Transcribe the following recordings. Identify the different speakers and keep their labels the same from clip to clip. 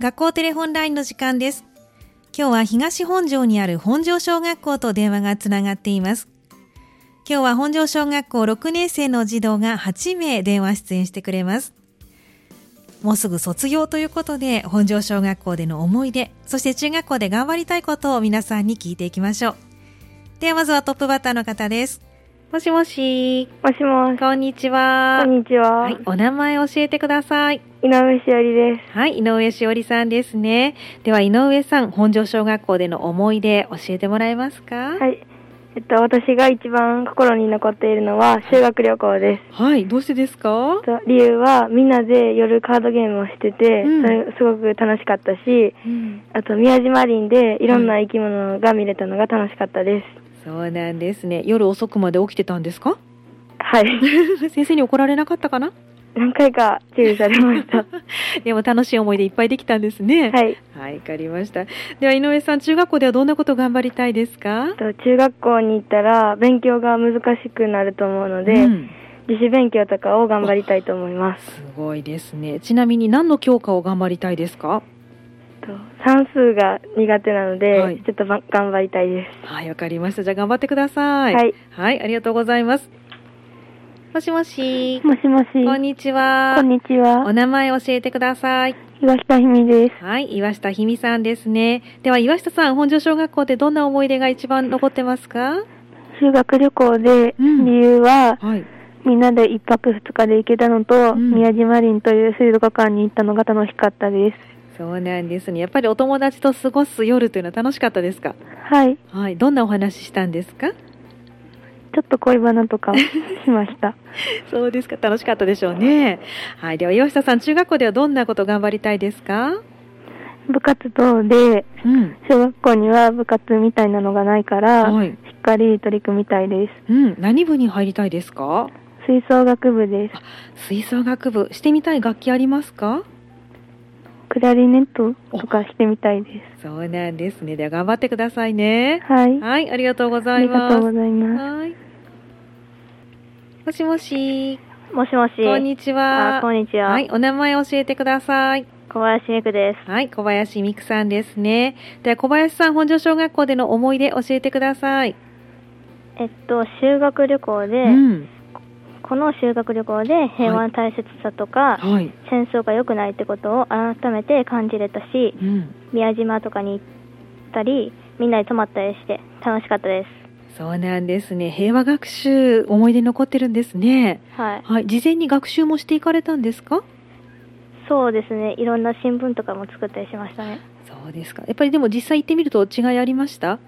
Speaker 1: 学校テレホンラインの時間です今日は東本庄にある本庄小学校と電話がつながっています今日は本庄小学校6年生の児童が8名電話出演してくれますもうすぐ卒業ということで本庄小学校での思い出そして中学校で頑張りたいことを皆さんに聞いていきましょうではまずはトップバッターの方ですもしもし
Speaker 2: もしもし。
Speaker 1: こんにちは
Speaker 2: こんにちは。
Speaker 1: はい、お名前教えてください。
Speaker 2: 井上しおりです。
Speaker 1: はい、井上しおりさんですね。では井上さん、本庄小学校での思い出教えてもらえますか。
Speaker 2: はいい。えっと、私が一番心に残っているのは修学旅行です。
Speaker 1: はい、どうしてですか
Speaker 2: と理由はみんなで夜カードゲームをしてて、
Speaker 1: うん
Speaker 2: それすごく楽しかったし、
Speaker 1: うん、
Speaker 2: あと宮島林でいろんな生き物が見れたのが楽しかったです。
Speaker 1: そうなんですね。夜遅くまで起きてたんです か
Speaker 2: はい。
Speaker 1: 先生に怒られなかったかな
Speaker 2: 何回か注意されま した。は
Speaker 1: でも楽しい思い出いっぱいできたんですね。
Speaker 2: い。
Speaker 1: はい、わかりました。では井上さん、中学校ではどんなことを頑張りたいですか
Speaker 2: と中学校に行ったら勉強が難しくなると思うので、
Speaker 1: うん
Speaker 2: 自主勉強とかを頑張りたいと思います。
Speaker 1: すごいですね。ちなみに何の教科を頑張りたいですか
Speaker 2: と算数が苦手なので、
Speaker 1: はい
Speaker 2: ちょっとば頑張りたいです。
Speaker 1: はい、わかりました。じゃあ頑張ってください。
Speaker 2: はい。
Speaker 1: はい、ありがとうございます。もしもし。
Speaker 2: もしもし。
Speaker 1: こんにちは。
Speaker 2: こんにち
Speaker 1: お
Speaker 2: は。
Speaker 1: 名前教えてください。
Speaker 2: 岩下ひみです。
Speaker 1: はい、岩下ひみさんですね。では岩下さん、本庄小学校でどんな思い出が一番残ってますか
Speaker 2: 修学旅行で、
Speaker 1: うん
Speaker 2: 理由は、
Speaker 1: はい。
Speaker 2: みんなで一泊二日で行けたのと、
Speaker 1: うん
Speaker 2: 宮島林という水族館に行ったのが楽しかったです。
Speaker 1: そうなんですね。やっぱりお友達と過ごす夜というのは楽しかったですか
Speaker 2: はい。ち
Speaker 1: はい、どんなお話ししたんですか
Speaker 2: ょっと恋バナ とかをしました。
Speaker 1: そうですか、楽しかったでしょうね。はい、では岩下さん、中学校ではどんなこと頑張りたいですか
Speaker 2: 部活動で、
Speaker 1: うん。
Speaker 2: 小学校には部活みたいなのがないから、
Speaker 1: はい。
Speaker 2: しっかり取り組みたいです。
Speaker 1: うん、何部に入りたいですか
Speaker 2: 吹奏楽部です。
Speaker 1: 吹奏楽部してみたい楽器ありますか
Speaker 2: クラリネットとかしてみたいです。
Speaker 1: そうなんですねでは頑張ってくださいね
Speaker 2: はい。
Speaker 1: はいありがとうご
Speaker 2: あ
Speaker 1: ざい
Speaker 2: り
Speaker 1: ま
Speaker 2: が
Speaker 1: す
Speaker 2: とうございます。
Speaker 1: はいもしもし
Speaker 2: もしもし。
Speaker 1: こんにちは
Speaker 2: あこんにちは。
Speaker 1: はいお名前教えてください
Speaker 2: 小林美久です。
Speaker 1: はい小林美久さんですねでは小林さん本庄小学校での思い出教えてください、
Speaker 2: えっと、修学旅行で、
Speaker 1: うん
Speaker 2: この修学旅行で平和の大切さとか、
Speaker 1: はい、
Speaker 2: 戦争が良くないってことを改めて感じれたし、
Speaker 1: うん、
Speaker 2: 宮島とかに行ったり、みんなで泊まったりして楽しかったです。
Speaker 1: そうなんですね平和学習思い出に残ってるんですね
Speaker 2: はい。
Speaker 1: はい事前に学習もしていかれたんですか
Speaker 2: そうですね。いろんな新聞とかも作ったりしましたね。
Speaker 1: そうですか。やっぱりでも実際行ってみると違いありました。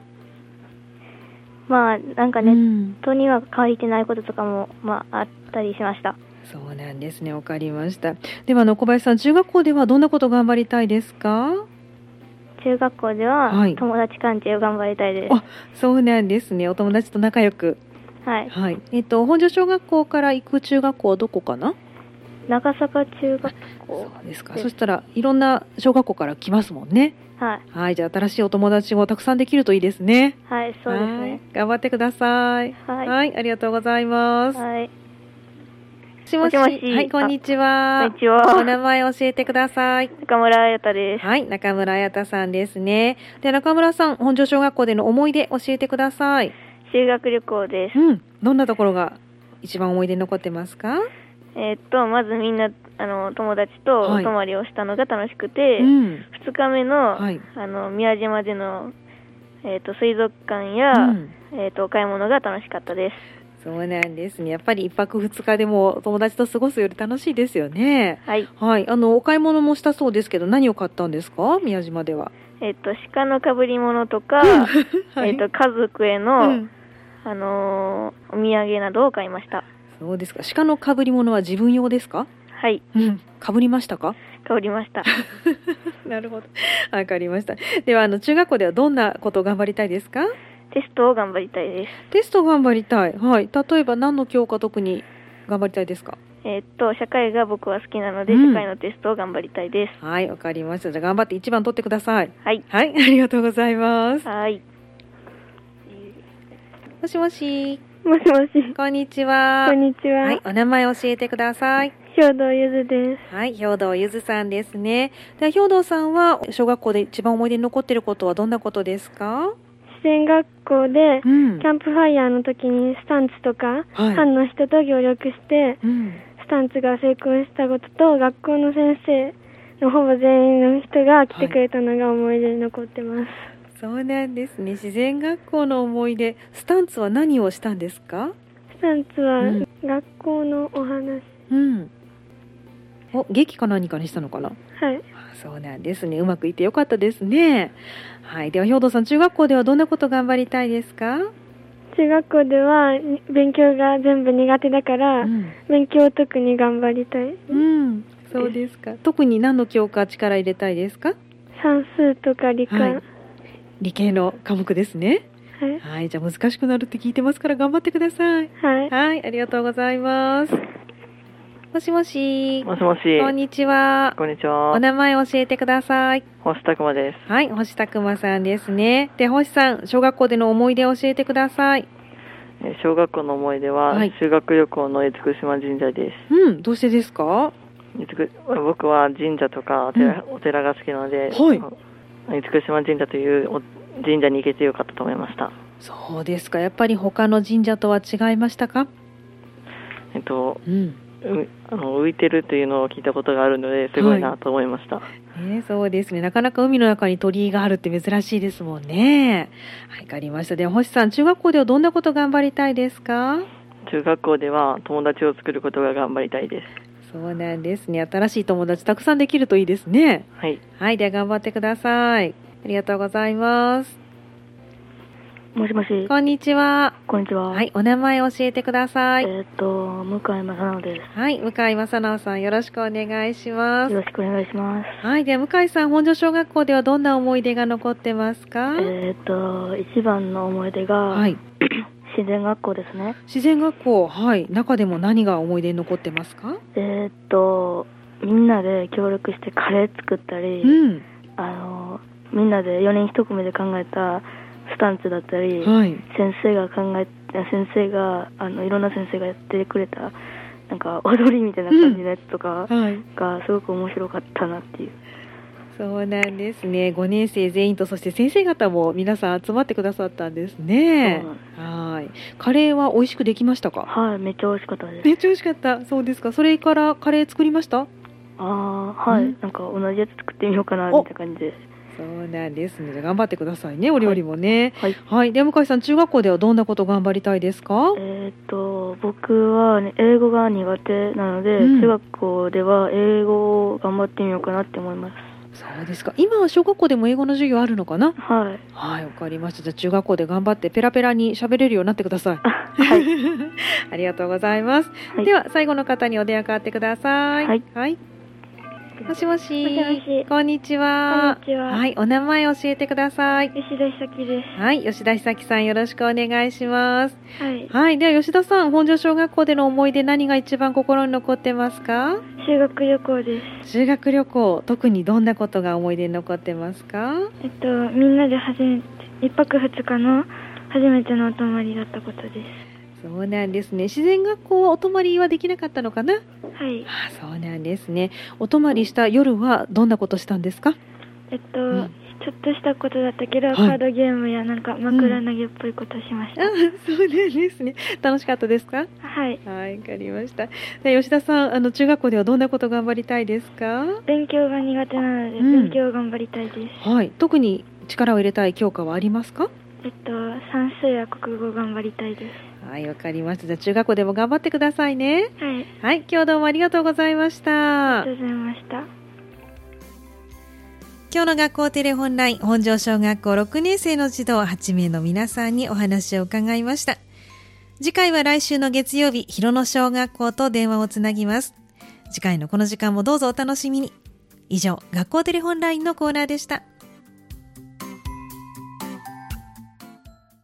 Speaker 2: まあ、なんか
Speaker 1: う
Speaker 2: ネッ
Speaker 1: ん、
Speaker 2: トには書いてないこととかも、まあ、あったりしました。
Speaker 1: そうなんですね。わかりました。ではあの小林さん、中学校ではどんなこと頑張りたいですか。
Speaker 2: 中学校では、
Speaker 1: はい
Speaker 2: 友達関係を頑張りたいです。
Speaker 1: あ、そうなんですね。お友達と仲良く。
Speaker 2: はい。
Speaker 1: はい。えっと本庄小学校から行く中学校はどこかな。
Speaker 2: 長坂中学
Speaker 1: そ
Speaker 2: 校。
Speaker 1: うですか。
Speaker 2: で
Speaker 1: そしたらいろんな小学校から来ますもんね。
Speaker 2: はい。
Speaker 1: はい。じゃあ新しいお友達もたくさんできるといいですね。
Speaker 2: はい、そうです
Speaker 1: はい
Speaker 2: ね。。
Speaker 1: 頑張ってください。
Speaker 2: はい。
Speaker 1: はい、ありがとうございます。
Speaker 2: はい。
Speaker 1: もしもし
Speaker 2: もしもし
Speaker 1: はい、こんにちは。
Speaker 2: こんにちは
Speaker 1: お名前教えてください。
Speaker 2: 中村彩太です。
Speaker 1: はい、中村彩太さんですね。で、中村さん、本庄小学校での思い出教えてください。
Speaker 2: 修学旅行です
Speaker 1: う。ん、どんなところが一番思い出に残ってますか？
Speaker 2: えーっと、まずみんな、あの、友達と
Speaker 1: は
Speaker 2: お
Speaker 1: い
Speaker 2: 泊まりをしたのが楽しく
Speaker 1: う
Speaker 2: て、二
Speaker 1: ん、
Speaker 2: 日目の、
Speaker 1: はい
Speaker 2: あの、宮島での、えーっと、水族館や、
Speaker 1: うん
Speaker 2: えーっと、お買い物が楽しかったです。
Speaker 1: そうなんですね。やっぱり一泊二日でも友達と過ごすより楽しいですよね。
Speaker 2: はい。
Speaker 1: はい、あのお買い物もしたそうですけど、何を買ったんですか？宮島では。
Speaker 2: えーっと、鹿の被り物とか、
Speaker 1: はい
Speaker 2: えーっと、家族へ
Speaker 1: う
Speaker 2: の、
Speaker 1: ん、
Speaker 2: あのーお土産などを買いました。
Speaker 1: そうですか。鹿の被り物は自分用ですか？
Speaker 2: はい。
Speaker 1: うん、被りましたか？
Speaker 2: 被りました。
Speaker 1: なるほど。わかりました。では、あの、中学校ではどんなことを頑張りたいですか
Speaker 2: テストを頑張りたいです。
Speaker 1: テスト頑張りたい。はい。例えば何の教科特に頑張りたいですか
Speaker 2: えーっと、社会が僕は好きなので、
Speaker 1: うん
Speaker 2: 社会のテストを頑張りたいです。
Speaker 1: はい、わかりました。じゃあ頑張って一番取ってください。
Speaker 2: はい。
Speaker 1: はい、ありがとうございます。
Speaker 2: はい。
Speaker 1: もしもし、
Speaker 2: もしもし。
Speaker 1: こんにちは。
Speaker 2: こんにちは。
Speaker 1: はい、お名前教えてください。
Speaker 2: 兵道ゆずです。
Speaker 1: はい、兵道ゆずさんですね。では、兵道さんは小学校で一番思い出に残っていることはどんなことですか？
Speaker 2: 自然学校で、
Speaker 1: ん
Speaker 2: キャンプファイヤーの時にスタンツとか、
Speaker 1: はい
Speaker 2: 班の人と協力して、
Speaker 1: うん、
Speaker 2: スタンツが成功したことと、学校の先生のほぼ全員の人が来てくれたのが思い出に残ってます。
Speaker 1: そうなんですね。自然学校の思い出、スタンツは何をしたんですか？
Speaker 2: スタンツは、
Speaker 1: うん
Speaker 2: 学校のお話、
Speaker 1: うん。お、劇か何かにしたのかな？
Speaker 2: はい。
Speaker 1: あそうなんですね。うまくいってよかったですね。はい、では兵道さん、中学校ではどんなこと頑張りたいですか？
Speaker 2: 中学校では勉強が全部苦手だから、
Speaker 1: うん、
Speaker 2: 勉強を特に頑張りたい。
Speaker 1: うん、そうですか。特に何の教科力入れたいですか？
Speaker 2: 算数とか理科、
Speaker 1: は
Speaker 2: はいい。
Speaker 1: 理系の科目ですね。はい、じゃあ難しくなるって聞いてますから頑張ってください。
Speaker 2: はい。
Speaker 1: はい、ありがとうございます。もしもし。
Speaker 3: もしもし。
Speaker 1: こんにちは。
Speaker 3: こんにち
Speaker 1: お
Speaker 3: は。
Speaker 1: 名前教えてください。
Speaker 3: 星拓磨です。
Speaker 1: はい、星拓馬さんですね。で、星さん、小学校での思い出を教えてください。
Speaker 3: えー小学校の思い出は、
Speaker 1: はい
Speaker 3: 修学旅行の厳島神社で
Speaker 1: うん、どうしてですか
Speaker 3: す。厳僕は神社とかお寺,、お寺が好きなので、
Speaker 1: はい
Speaker 3: あの厳島神社というお神社に行けてよかったと思いました。
Speaker 1: そうですか。やっぱり他の神社とは違いましたか
Speaker 3: えっと、
Speaker 1: うん。
Speaker 3: うあの浮いてるというのを聞いたことがあるので、すごいなと思いました。
Speaker 1: ね、そうですね。なかなか海の中に鳥居があるって珍しいですもんね。はい、わかりました。で、星さん、中学校ではどんなこと頑張りたいですか
Speaker 3: 中学校では友達を作ることが頑張りたいです。
Speaker 1: そうなんですね。新しい友達たくさんできるといいですね。
Speaker 3: はい。
Speaker 1: はい、では頑張ってください。ありがとうございます。
Speaker 2: もしもし、
Speaker 1: こんにちは。
Speaker 2: こんにちは。
Speaker 1: はい、お名前教えてください。
Speaker 2: えーっと、向井正直です。
Speaker 1: はい、向井正直さん、よろしくお願いします
Speaker 2: よ。ろしくお願いします。
Speaker 1: はい、では向井さん、本庄小学校ではどんな思い出が残ってますか
Speaker 2: えーっと、一番の思い出が、
Speaker 1: はい、
Speaker 2: 自然学校ですね。
Speaker 1: 自然学校、はい、中でも何が思い出に残ってますか
Speaker 2: えーっと、みんなで協力してカレー作ったり、
Speaker 1: うん、
Speaker 2: あの、みんなで4人1組で考えたスタンツだったり、
Speaker 1: はい、
Speaker 2: 先生が考え、先生が、あの、いろんな先生がやってくれた、なんか踊りみたいな感じのやつとか
Speaker 1: はい。
Speaker 2: がすごく面白かったなっていう。
Speaker 1: そうなんですね。5年生全員とそして先生方も皆さん集まってくださったんですね
Speaker 2: そうなんで。
Speaker 1: はい。カレーは美味しくできましたか。
Speaker 2: はい、めっちゃ美味しかったです。
Speaker 1: めっちゃ美味しかった。そうですか。それからカレー作りました。
Speaker 2: ああ、はい、
Speaker 1: うん
Speaker 2: なんか同じやつ作ってみようかな、みたいな感じで。
Speaker 1: そうなんですね。じゃあ頑張ってくださいね。お料理もね。
Speaker 2: はい。
Speaker 1: はい。で向井さん中学校ではどんなこと頑張りたいですか。
Speaker 2: えーっと、僕はね、英語が苦手なので、
Speaker 1: うん
Speaker 2: 中学校では英語を頑張ってみようかなって思います。
Speaker 1: そうですか。今は小学校でも英語の授業あるのかな。
Speaker 2: はい。
Speaker 1: はい。わかりました。じゃあ中学校で頑張ってペラペラに喋れるようになってください。
Speaker 2: はい。
Speaker 1: ありがとうございます。
Speaker 2: はい
Speaker 1: では最後の方にお電話変わってください。
Speaker 2: はい。
Speaker 1: もしもし。
Speaker 2: もしもし
Speaker 1: こんにちは。。
Speaker 2: こんにちはい
Speaker 1: お名前教えてください。
Speaker 2: 吉田久樹で
Speaker 1: はい。吉田久樹さんよろしくお願いします。
Speaker 2: す。はい。
Speaker 1: はい。では吉田さん、本庄小学校での思い出何が一番心に残ってますか
Speaker 2: 修学旅行です。
Speaker 1: 修学旅行、特にどんなことが思い出に残ってますか
Speaker 2: えっと、みんなで初めて、一泊二日の初めてのお泊まりだったことです。
Speaker 1: そうなんですね。自然学校はお泊まりはできなかったのかな
Speaker 2: はい。
Speaker 1: ああそうなんですね。お泊まりした夜はどんなことしたんですか
Speaker 2: えっと、
Speaker 1: うん
Speaker 2: ちょっとしたことだったけど、
Speaker 1: はい
Speaker 2: カードゲームやなんか枕投げっぽいことしまし
Speaker 1: あ
Speaker 2: た。
Speaker 1: そうなんですね。楽しかったですか。
Speaker 2: はい。
Speaker 1: はい、わかりました。で吉田さん、あの中学校ではどんなこと頑張りたいですか。
Speaker 2: 勉強が苦手なので、
Speaker 1: うん
Speaker 2: 勉強を頑張りたいです。
Speaker 1: はい、特に力を入れたい教科はありますか。
Speaker 2: えっと、算数や国語頑張りたいで
Speaker 1: はい、わかりました。じゃあ中学校でも頑張ってくださいね。
Speaker 2: す。はい。
Speaker 1: はい、今日どうもありがとうございました
Speaker 2: ありがと。うございました。
Speaker 1: 今日の学校テレホンライン本庄小学校6年生の児童8名の皆さんにお話を伺いました次回は来週の月曜日広野小学校と電話をつなぎます次回のこの時間もどうぞお楽しみに以上学校テレホンラインのコーナーでした